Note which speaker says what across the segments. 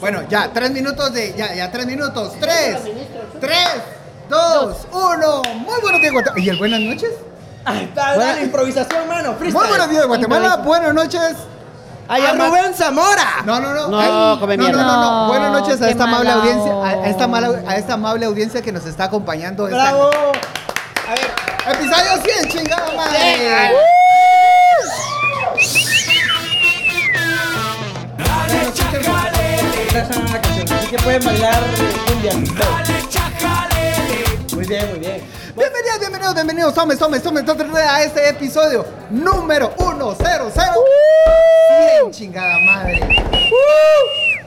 Speaker 1: Bueno, ya, tres minutos de. Ya, ya, tres minutos. Tres, tres, dos, uno. Muy buenos días, Guatemala. ¿Y el buenas noches?
Speaker 2: Ahí está,
Speaker 3: Buena-
Speaker 2: dale, improvisación, mano. Freestyle.
Speaker 1: Muy buenos días, Guatemala.
Speaker 3: Improvisa.
Speaker 1: Buenas noches.
Speaker 3: Ay,
Speaker 2: a
Speaker 3: ama-
Speaker 2: Rubén Zamora.
Speaker 1: No, no, no.
Speaker 3: No,
Speaker 1: Ay,
Speaker 3: come
Speaker 1: no, no,
Speaker 3: mierda.
Speaker 1: no, no.
Speaker 4: No,
Speaker 1: Buenas noches a
Speaker 4: qué
Speaker 1: esta amable
Speaker 4: mala
Speaker 1: audiencia, a, a esta
Speaker 4: onda.
Speaker 1: mala- a esta amable audiencia que nos está acompañando. esta
Speaker 2: Bravo.
Speaker 1: noche.
Speaker 2: A ver,
Speaker 1: Episodio 100, chingada madre.
Speaker 2: esta es una canción. Así que pueden bailar cumbia. Muy bien, muy bien.
Speaker 1: Bienvenidos, bienvenidos, bienvenidos, tomes, tomes, tomes, tomes a este episodio número 100. 100, chingada madre.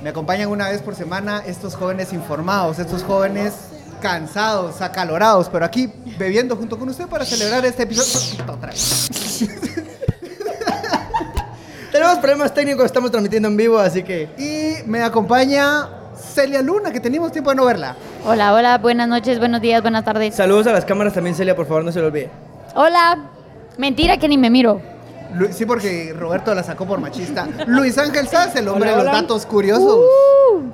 Speaker 1: Me acompañan una vez por semana estos jóvenes informados, estos jóvenes cansados, acalorados, pero aquí bebiendo junto con usted para celebrar este episodio. Otra vez.
Speaker 2: Tenemos problemas técnicos, estamos transmitiendo en vivo, así que.
Speaker 1: Y me acompaña Celia Luna, que teníamos tiempo de no verla.
Speaker 4: Hola, hola, buenas noches, buenos días, buenas tardes.
Speaker 2: Saludos a las cámaras también, Celia, por favor, no se lo olvide.
Speaker 4: Hola. Mentira que ni me miro.
Speaker 1: Lu- Sí, porque Roberto la sacó por machista. Luis Ángel Sanz, el hombre
Speaker 2: Hola,
Speaker 1: de los
Speaker 2: hola.
Speaker 1: datos curiosos.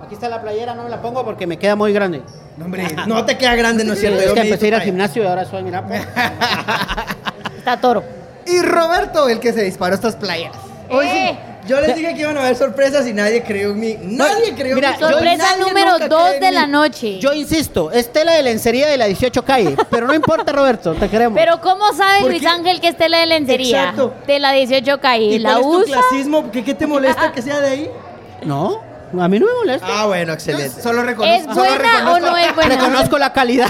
Speaker 5: Aquí está la playera, no me la pongo porque me queda muy grande.
Speaker 1: No, hombre,
Speaker 2: No te queda grande, no es cierto.
Speaker 5: es
Speaker 2: yo
Speaker 5: que
Speaker 2: me
Speaker 5: empecé a ir al
Speaker 2: hizo-
Speaker 5: gimnasio y ahora soy, mira, pues.
Speaker 4: Está toro.
Speaker 1: Y Roberto, el que se disparó estas playas.
Speaker 2: Hoy sí,
Speaker 4: Eh.
Speaker 2: Yo les dije que iban a haber sorpresas y nadie creyó en mí. Nadie creyó
Speaker 5: mira,
Speaker 2: en mí.
Speaker 5: yo-
Speaker 4: Sorpresa
Speaker 2: Nadie nunca
Speaker 4: número
Speaker 2: cree
Speaker 4: 2
Speaker 2: en
Speaker 4: de
Speaker 2: mí.
Speaker 4: la noche.
Speaker 5: Yo insisto, es tela de lencería de la 18 calle, pero no importa, Roberto, te queremos.
Speaker 4: Pero ¿cómo sabe
Speaker 2: ¿Por
Speaker 4: Luis
Speaker 2: qué?
Speaker 4: Ángel que es tela de lencería?
Speaker 2: Exacto.
Speaker 4: Tela 18 calle.
Speaker 2: ¿Y
Speaker 4: ¿La
Speaker 2: cuál es tu
Speaker 4: usa?
Speaker 2: clasismo? ¿Qué, qué te molesta que sea de ahí?
Speaker 5: No, a mí no me molesta.
Speaker 2: Ah, bueno,
Speaker 1: Yo
Speaker 2: excelente.
Speaker 1: Solo reconozco.
Speaker 4: ¿Es buena o no es buena?
Speaker 5: Reconozco la calidad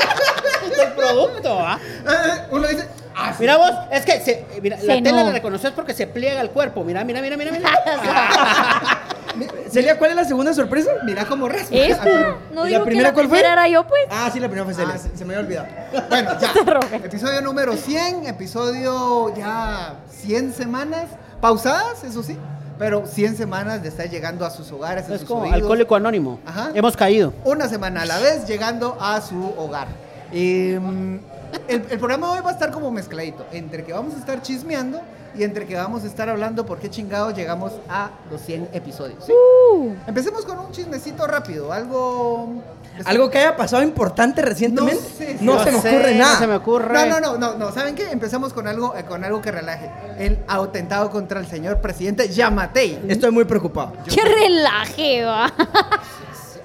Speaker 5: del producto, ¿ah?
Speaker 1: Eh, Uno dice, ah, sí.
Speaker 5: Mira vos, es que se- eh, mira, la
Speaker 4: Se
Speaker 5: tela
Speaker 4: no.
Speaker 5: la reconoces porque se pliega el cuerpo. Mira, mira, mira, mira, Ah, mira.
Speaker 2: Celia, ¿cuál es la segunda sorpresa?
Speaker 1: mira cómo raspa.
Speaker 4: Esta. No
Speaker 2: ¿Y la
Speaker 4: digo que
Speaker 2: primera
Speaker 4: la
Speaker 2: cuál fue?
Speaker 4: primera era yo, pues.
Speaker 2: Ah, sí, la primera fue Celia.
Speaker 1: Ah, se, se me había olvidado. Bueno, ya.
Speaker 4: Roberto.
Speaker 1: episodio número 100, episodio ya 100 semanas. Pausadas, eso sí. Pero 100 semanas de estar llegando a sus hogares, a
Speaker 5: Es
Speaker 1: sus
Speaker 5: como
Speaker 1: oídos.
Speaker 5: alcohólico anónimo.
Speaker 1: Ajá.
Speaker 5: Hemos caído.
Speaker 1: Una semana a la vez llegando a su hogar. Eh, el, el programa hoy va a estar como mezcladito. Entre que vamos a estar chismeando y entre que vamos a estar hablando por qué chingados llegamos a los 100 episodios. ¿sí?
Speaker 4: Uh,
Speaker 1: Empecemos con un chismecito rápido, algo...
Speaker 2: Algo que haya pasado importante recientemente. No,
Speaker 1: sé,
Speaker 5: no
Speaker 2: se me
Speaker 5: sé,
Speaker 2: ocurre
Speaker 5: no
Speaker 2: nada.
Speaker 5: se me ocurre.
Speaker 1: No, no, no, no, no, ¿saben qué? Empecemos con algo, eh, con algo que relaje. El atentado contra el señor presidente Yamatei.
Speaker 2: Estoy muy preocupado.
Speaker 4: qué relaje, va.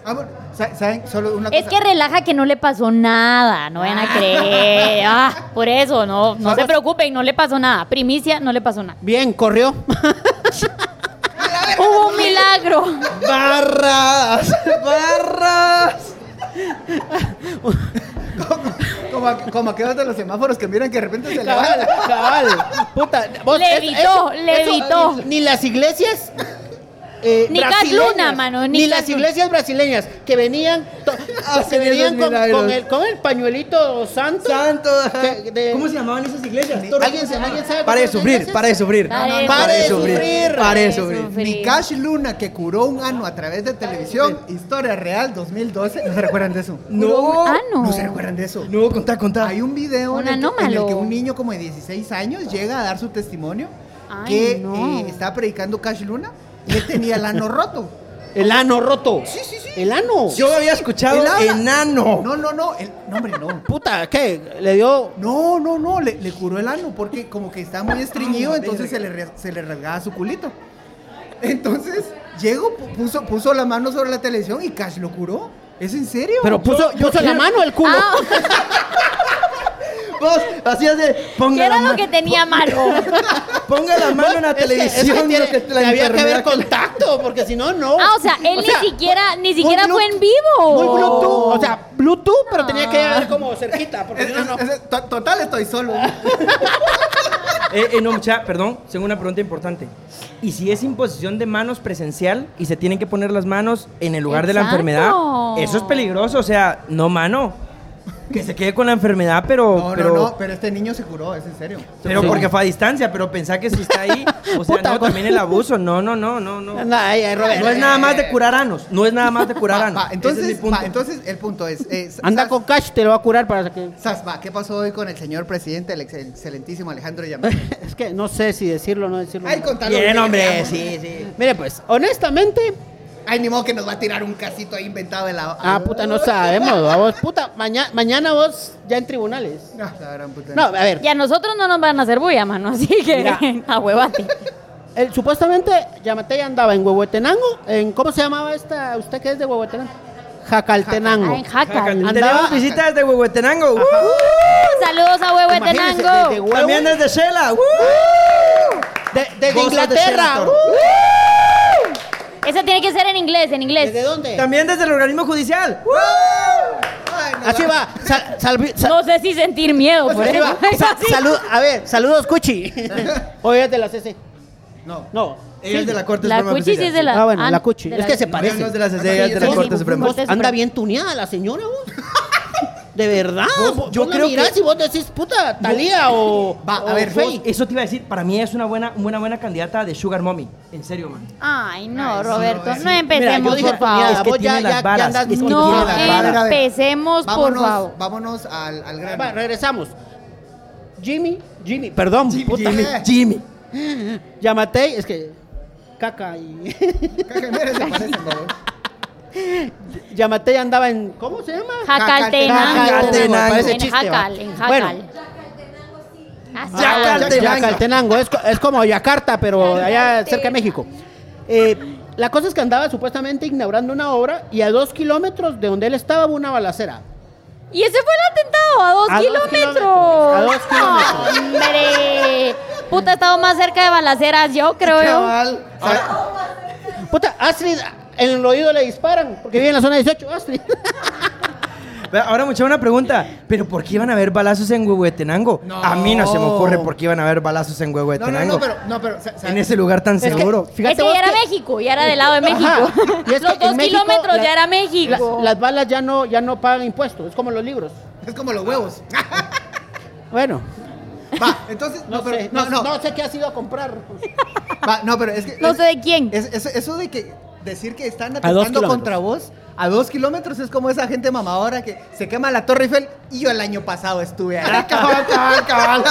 Speaker 1: Ah, bueno, sa- ¿saben? Solo una
Speaker 4: Es
Speaker 1: cosa.
Speaker 4: que relaja que no le pasó nada, no van a creer. Ah, por eso, no, no se preocupen, no le pasó nada. Primicia, no le pasó nada.
Speaker 5: Bien, corrió.
Speaker 4: Hubo un milagro.
Speaker 2: ¡Barras! ¡Barras!
Speaker 1: Como, a- como aquellos de los semáforos que miran que de repente se le va
Speaker 5: Cabal,
Speaker 1: la...
Speaker 5: cabal. Puta, vos,
Speaker 4: Levitó, levitó.
Speaker 5: ni las iglesias. eh,
Speaker 4: Ni Cat
Speaker 5: brasileñas,
Speaker 4: Luna, mano,
Speaker 5: Ni,
Speaker 4: ni
Speaker 5: las
Speaker 4: Cat Luna.
Speaker 5: iglesias brasileñas que venían, to- que
Speaker 2: Hacen
Speaker 5: venían
Speaker 2: esos
Speaker 5: con,
Speaker 2: milagros.
Speaker 5: con el, con el pañuelito santo.
Speaker 2: Santo. ajá.
Speaker 5: Que- de-
Speaker 2: ¿Cómo se llamaban esas iglesias?
Speaker 5: ¿Alguien se- alguien sabe
Speaker 2: Para de
Speaker 5: cómo se
Speaker 2: sufrir,
Speaker 5: llama?
Speaker 2: para de sufrir.
Speaker 4: Pare
Speaker 2: Para de
Speaker 5: de
Speaker 2: sufrir.
Speaker 5: sufrir.
Speaker 2: Para de sufrir.
Speaker 1: Ni Cash Luna, que curó un ano a través de televisión, Historia Real 2012. ¿No se recuerdan de eso?
Speaker 2: No.
Speaker 4: Ah, no.
Speaker 1: No se recuerdan de eso.
Speaker 2: No, contá, contá.
Speaker 1: Hay un video
Speaker 4: Un
Speaker 1: en, el que, en el
Speaker 4: anómalo.
Speaker 1: que un niño como de 16 años llega a dar su testimonio
Speaker 4: Ay,
Speaker 1: que
Speaker 4: no.
Speaker 1: eh, estaba predicando Cash Luna y él tenía el ano roto.
Speaker 5: El ano roto. Sí, sí, sí. El ano.
Speaker 2: Yo había
Speaker 1: Él
Speaker 2: escuchado
Speaker 1: habla-
Speaker 2: enano.
Speaker 1: No, no, no. el- no, hombre, no.
Speaker 5: Puta, ¿qué? Le dio.
Speaker 1: No, no, no. Le, le curó el ano porque como que estaba muy
Speaker 5: Ah,
Speaker 1: estreñido, entonces se le, re- se le rasgaba su culito. Entonces, llegó, pu- puso, puso la mano sobre la televisión y Cash lo curó. ¿Es en serio?
Speaker 5: Pero puso, puso la mano al culo.
Speaker 4: Ah,
Speaker 2: Vos hacías de.
Speaker 4: ¿qué
Speaker 2: Ponga la,
Speaker 4: era
Speaker 2: ma-
Speaker 4: lo que tenía malo?
Speaker 2: ponga la mano en la
Speaker 5: Es que- es que
Speaker 2: televisión.
Speaker 5: tiene-
Speaker 2: lo que la
Speaker 5: que había que
Speaker 2: enfermera
Speaker 5: haber contacto, porque si no, no.
Speaker 4: Ah, o sea, él
Speaker 5: O
Speaker 4: ni
Speaker 5: sea,
Speaker 4: siquiera, ni siquiera
Speaker 5: muy
Speaker 4: fue en
Speaker 5: Muy
Speaker 4: vivo.
Speaker 5: Bluetooth, o sea, Bluetooth, pero tenía que
Speaker 4: Ah.
Speaker 5: haber como cerquita, porque
Speaker 1: Es-
Speaker 5: si no,
Speaker 1: es-
Speaker 5: no.
Speaker 1: es- to- total, estoy solo.
Speaker 3: Ah. Eh, eh, no, mucha, perdón, tengo una pregunta importante. ¿Y si es imposición de manos presencial y se tienen que poner las manos en el lugar de la
Speaker 4: Exacto.
Speaker 3: enfermedad? Eso es peligroso, o sea, no mano. Que se quede con la enfermedad, pero.
Speaker 1: No,
Speaker 3: pero,
Speaker 1: no, no. Pero este niño se curó, es en serio.
Speaker 3: pero
Speaker 5: Sí.
Speaker 3: porque fue a distancia, pero pensá que si está ahí, o sea,
Speaker 5: Puta,
Speaker 3: no,
Speaker 5: con-
Speaker 3: también el abuso. No, no, no, no, no.
Speaker 5: Anda, ahí, ahí, Robert.
Speaker 3: No es nada más de curar anos. No es nada más de curar anos.
Speaker 1: Va, entonces,
Speaker 3: Ese es mi punto.
Speaker 1: va, entonces el punto es. eh, Sa-
Speaker 5: Anda
Speaker 1: Sas-
Speaker 5: con cash, te lo va a curar para que.
Speaker 1: Sas, va, ¿qué pasó hoy con el señor presidente, el excel- excelentísimo Alejandro Yamatei?
Speaker 5: Es que no sé si decirlo o no decirlo.
Speaker 1: Ay, contalo.
Speaker 3: Bien,
Speaker 1: bien,
Speaker 3: hombre,
Speaker 1: veamos.
Speaker 3: sí, sí.
Speaker 5: Mire, pues, honestamente,
Speaker 1: Ay, ni modo que nos va a tirar un casito ahí inventado de la.
Speaker 5: Ah, puta, no sabemos. A vos, puta, maña- mañana vos ya en tribunales.
Speaker 1: No, Ah, la gran puta.
Speaker 5: No, a ver,
Speaker 4: Y a nosotros no nos van a hacer bulla, mano, así
Speaker 5: Mira.
Speaker 4: que ahuevate.
Speaker 5: el- supuestamente Yamatei andaba en Huehuetenango, en, ¿cómo se llamaba esta? ¿Usted que es de Huehuetenango? Jacaltenango.
Speaker 4: Ah, en Jacal.
Speaker 5: Andaba-
Speaker 3: Tenemos visitas de Huehuetenango. ¡Uh!
Speaker 4: Uh, saludos a
Speaker 5: Imagínense, desde
Speaker 4: Huehuetenango.
Speaker 5: Hue-
Speaker 3: También desde Shela. ¡Uh!
Speaker 5: De, desde
Speaker 1: Gozas de
Speaker 5: Inglaterra.
Speaker 1: Sheraton.
Speaker 5: Uh,
Speaker 4: Ese tiene que ser en inglés, en inglés.
Speaker 5: ¿Desde dónde?
Speaker 3: También desde el organismo judicial. ¡Uh!
Speaker 1: Ay, no,
Speaker 5: Así
Speaker 1: la-
Speaker 5: va. Sal- salvi- sal-
Speaker 4: No sé si sentir miedo por
Speaker 5: así
Speaker 4: eso.
Speaker 5: Pues va. Sa- salud- a ver, saludos, Cuchi. Oye, de la CC.
Speaker 1: No.
Speaker 5: No.
Speaker 3: Ella es de la Corte
Speaker 4: La
Speaker 3: Suprema de
Speaker 4: Cuchi sí
Speaker 3: Justicia.
Speaker 4: es de la.
Speaker 5: Ah, bueno, la Cuchi.
Speaker 4: de
Speaker 5: Es que se
Speaker 3: No, ella
Speaker 5: parece.
Speaker 3: no es de la CC, ella es de la
Speaker 4: Sí,
Speaker 3: Corte
Speaker 4: sí,
Speaker 3: Suprema.
Speaker 4: Corte
Speaker 5: Anda
Speaker 4: Suprema.
Speaker 5: bien tuneada la señora, vos. De verdad. yo
Speaker 3: yo
Speaker 5: creo
Speaker 3: creo
Speaker 5: mirás
Speaker 3: que-
Speaker 5: y vos decís, puta, Talía o.
Speaker 1: Va, a
Speaker 5: o
Speaker 1: ver,
Speaker 5: Fey.
Speaker 1: vos-
Speaker 3: Eso te iba a decir, para mí es una buena, buena, buena candidata de Sugar Mommy. En serio, man.
Speaker 4: Ay,
Speaker 1: Ay, sí,
Speaker 4: no, Roberto,
Speaker 1: no, sí.
Speaker 4: no
Speaker 5: Mira, yo
Speaker 4: empecemos,
Speaker 5: dije
Speaker 4: por favor.
Speaker 5: tuneada,
Speaker 3: Es que
Speaker 5: vos ya,
Speaker 3: tiene las
Speaker 5: ya- ya
Speaker 3: varas,
Speaker 5: andas
Speaker 3: es que
Speaker 5: con-
Speaker 4: No
Speaker 1: tiene la vara. A ver,
Speaker 4: empecemos, por
Speaker 1: vámonos,
Speaker 4: favor.
Speaker 1: Vámonos al, al grano.
Speaker 5: Va, regresamos. Jimmy, Jimmy, perdón. puta.
Speaker 1: Jimmy.
Speaker 3: Jimmy.
Speaker 5: Yamatei, es que. Caca y.
Speaker 1: Cajemera se parecen, babos.
Speaker 5: Yamatei andaba en. ¿Cómo se llama?
Speaker 4: Jacaltenango.
Speaker 3: Jacaltenango.
Speaker 5: Parece
Speaker 4: En
Speaker 5: chiste,
Speaker 4: Jacal,
Speaker 5: va.
Speaker 4: en
Speaker 5: Bueno.
Speaker 4: Jacal. Ah, sí.
Speaker 5: Yacartenango.
Speaker 1: Yacartenango.
Speaker 5: Es, co- es como Yakarta, pero allá cerca de México. Eh, la cosa es que andaba supuestamente inaugurando una obra y a dos kilómetros de donde él estaba hubo una balacera.
Speaker 4: Y ese fue el atentado a dos
Speaker 5: A dos
Speaker 4: kilómetros.
Speaker 5: kilómetros, a dos kilómetros.
Speaker 4: Hombre. Puta, he estado más cerca de balaceras yo, creo yo.
Speaker 1: Cabal. Ahora,
Speaker 5: Puta, Astrid, en el oído le disparan porque vive en la zona 18, Astrid.
Speaker 3: Ve, Ahora mucha una pregunta, pero ¿por qué iban a haber balazos en Huehuetenango?
Speaker 1: No.
Speaker 3: A mí no se me ocurre por qué iban a haber balazos en
Speaker 1: no, no,
Speaker 3: Huehuetenango.
Speaker 1: no, pero. No, pero sa- sa-
Speaker 3: en ese lugar tan
Speaker 5: que-
Speaker 3: seguro.
Speaker 5: Fíjate
Speaker 4: es que
Speaker 5: vos
Speaker 4: ya era
Speaker 5: que-
Speaker 4: México, ya era del lado de
Speaker 5: Ajá.
Speaker 4: México.
Speaker 5: Y es que
Speaker 4: Los
Speaker 5: en
Speaker 4: dos
Speaker 5: México,
Speaker 4: kilómetros
Speaker 5: la-
Speaker 4: ya era
Speaker 5: la-
Speaker 4: México.
Speaker 5: las balas ya no, ya no pagan impuestos, es como los libros.
Speaker 1: Es como los huevos.
Speaker 5: Bueno,
Speaker 1: Va, entonces.
Speaker 5: no,
Speaker 1: No, pero.
Speaker 5: sé,
Speaker 1: No, no.
Speaker 5: no sé qué has ido a comprar.
Speaker 1: Va, no, pero es que.
Speaker 4: No
Speaker 1: es-
Speaker 4: sé de quién.
Speaker 1: es- es- eso de que decir que están
Speaker 5: dos
Speaker 1: atentando
Speaker 5: kilómetros.
Speaker 1: contra vos a dos kilómetros es como esa gente mamadora que se quema la Torre Eiffel y yo el año pasado estuve ahí. Ah, cabal, cabal, cabal.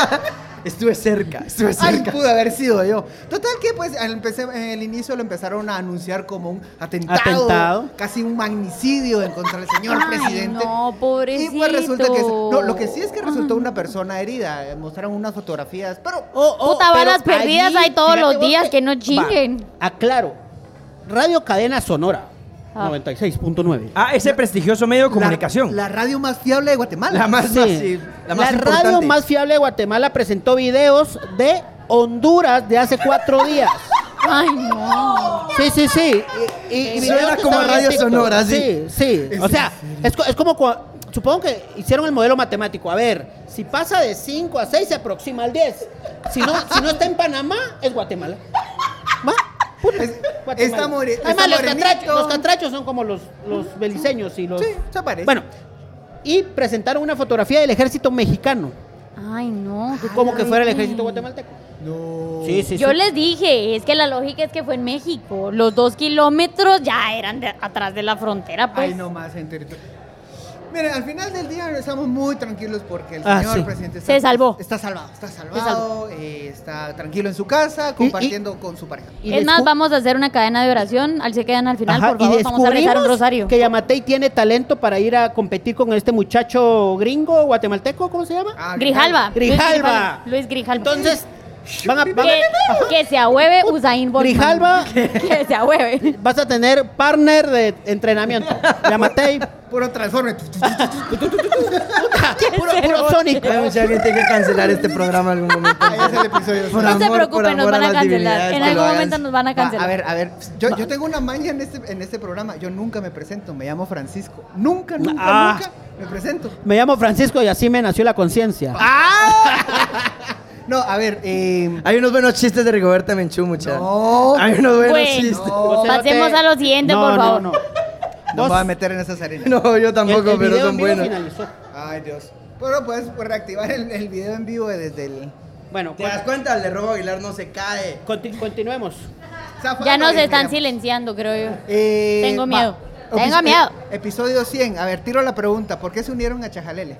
Speaker 3: Estuve cerca, estuve
Speaker 1: Ay,
Speaker 3: cerca.
Speaker 1: pudo haber sido yo. Total que pues al empecé, en el inicio lo empezaron a anunciar como un atentado,
Speaker 5: Atentado.
Speaker 1: casi un magnicidio en contra del señor
Speaker 4: Ay,
Speaker 1: presidente.
Speaker 4: no, pobrecito.
Speaker 1: Y pues resulta que no, lo que sí es que resultó una persona herida, eh, mostraron unas fotografías, pero
Speaker 5: Oh, oh,
Speaker 4: Puta,
Speaker 5: pero
Speaker 4: balas perdidas
Speaker 5: allí,
Speaker 4: hay todos
Speaker 5: fíjate
Speaker 4: los
Speaker 5: vos
Speaker 4: días, que no chinguen.
Speaker 5: Va, aclaro, Radio Cadena Sonora,
Speaker 4: Ah.
Speaker 5: 96.9.
Speaker 3: Ah, ese prestigioso medio de comunicación.
Speaker 1: La, la radio más fiable de Guatemala.
Speaker 3: La más
Speaker 5: Sí.
Speaker 3: fácil,
Speaker 5: La,
Speaker 3: la más importante.
Speaker 5: radio más fiable de Guatemala presentó videos de Honduras de hace cuatro días.
Speaker 4: Ay, no.
Speaker 5: Sí, sí, sí.
Speaker 3: Suena
Speaker 5: Y, videos que
Speaker 3: como
Speaker 5: estaban en
Speaker 3: Radio
Speaker 5: TikTok.
Speaker 3: Sonora,
Speaker 5: sí.
Speaker 3: sí.
Speaker 5: Sí, O sea, es, co- es como cua- Supongo que hicieron el modelo matemático. A ver, si pasa de 5 a 6, se aproxima al 10. Si no, si no está en Panamá, es Guatemala. ¿Va? Puta,
Speaker 1: Es-
Speaker 5: Guatemala.
Speaker 1: está more- está
Speaker 5: Además, los
Speaker 1: morenito.
Speaker 5: catrachos, los catrachos son como los, los beliceños y los.
Speaker 1: Sí, se parece.
Speaker 5: Bueno, y presentaron una fotografía del ejército mexicano,
Speaker 4: Ay, no. qué
Speaker 5: como que fuera el
Speaker 4: terrible.
Speaker 5: ejército guatemalteco.
Speaker 1: No.
Speaker 5: Sí, sí,
Speaker 4: Yo
Speaker 5: sí.
Speaker 4: les dije, es que la lógica es que fue en México. Los dos kilómetros ya eran de- atrás de la frontera, pues.
Speaker 1: Ay, no más gente. Miren, al final del día estamos muy tranquilos porque el
Speaker 5: Ah,
Speaker 1: señor
Speaker 5: sí.
Speaker 1: presidente
Speaker 4: Se salvó.
Speaker 1: Está salvado, está salvado,
Speaker 4: salvó.
Speaker 1: eh, está tranquilo en su casa, compartiendo con su pareja.
Speaker 5: Y
Speaker 4: es más,
Speaker 5: descu-
Speaker 4: vamos a hacer una cadena de oración. Al se quedan al final,
Speaker 5: Ajá,
Speaker 4: por favor, vamos a rezar un
Speaker 5: descubrimos
Speaker 4: rosario.
Speaker 5: Que Yamatei tiene talento para ir a competir con este muchacho gringo guatemalteco, ¿cómo se llama?
Speaker 1: Ah,
Speaker 4: Grijalva. Luis
Speaker 5: Grijalva.
Speaker 4: Luis Grijalva.
Speaker 5: Entonces, van a- van a-
Speaker 4: que, que se ahueve Usain Bolt.
Speaker 5: Grijalva.
Speaker 4: Que se ahueve.
Speaker 5: vas a tener partner de entrenamiento. Yamatei,
Speaker 1: Puro transforme.
Speaker 5: puro, puro Sonic.
Speaker 3: Hay mucha gente que cancelar este programa en algún momento.
Speaker 1: Ahí es el episodio.
Speaker 3: Por
Speaker 4: No se
Speaker 3: amor, por
Speaker 4: preocupen, nos
Speaker 3: amor
Speaker 4: van a
Speaker 3: las
Speaker 4: cancelar.
Speaker 3: divinidades
Speaker 4: En
Speaker 3: que lo
Speaker 4: algún
Speaker 3: hagan.
Speaker 4: momento nos van a
Speaker 1: Va,
Speaker 4: cancelar.
Speaker 1: a ver, a ver, yo, yo tengo una maña en este, en este programa. Yo nunca me presento, me llamo Francisco. Nunca, nunca,
Speaker 5: Ah.
Speaker 1: nunca me presento.
Speaker 5: Me llamo Francisco y así me nació la conciencia.
Speaker 4: Ah,
Speaker 1: ¡Ah! No, a ver, eh,
Speaker 3: Hay unos buenos chistes de Rigoberta Menchú, mucha.
Speaker 1: No.
Speaker 3: Hay unos buenos
Speaker 4: Bueno.
Speaker 3: chistes.
Speaker 1: No.
Speaker 5: José, no
Speaker 4: Pasemos
Speaker 5: te-
Speaker 4: a lo siguiente,
Speaker 5: Pues No,
Speaker 4: por
Speaker 5: no,
Speaker 4: favor.
Speaker 5: no.
Speaker 1: no me
Speaker 5: Vos-
Speaker 1: voy a meter en esas arenas.
Speaker 3: No, yo tampoco,
Speaker 5: El- el
Speaker 3: pero
Speaker 5: video
Speaker 3: son
Speaker 5: en vivo
Speaker 3: buenos.
Speaker 5: finalizó.
Speaker 1: Ay, Dios. Bueno, puedes reactivar el, el video en vivo desde el.
Speaker 5: Bueno,
Speaker 3: ¿Te das cuenta? El de Robo Aguilar no se cae.
Speaker 5: conti- continuemos.
Speaker 1: Zafado,
Speaker 4: Ya nos
Speaker 1: desviamos.
Speaker 4: están silenciando, creo yo.
Speaker 1: Eh,
Speaker 4: Tengo
Speaker 1: va.
Speaker 4: miedo.
Speaker 1: Epi-
Speaker 4: Tengo miedo.
Speaker 1: eh, Episodio 100. A ver, tiro la pregunta. ¿Por qué se unieron a Chajalele?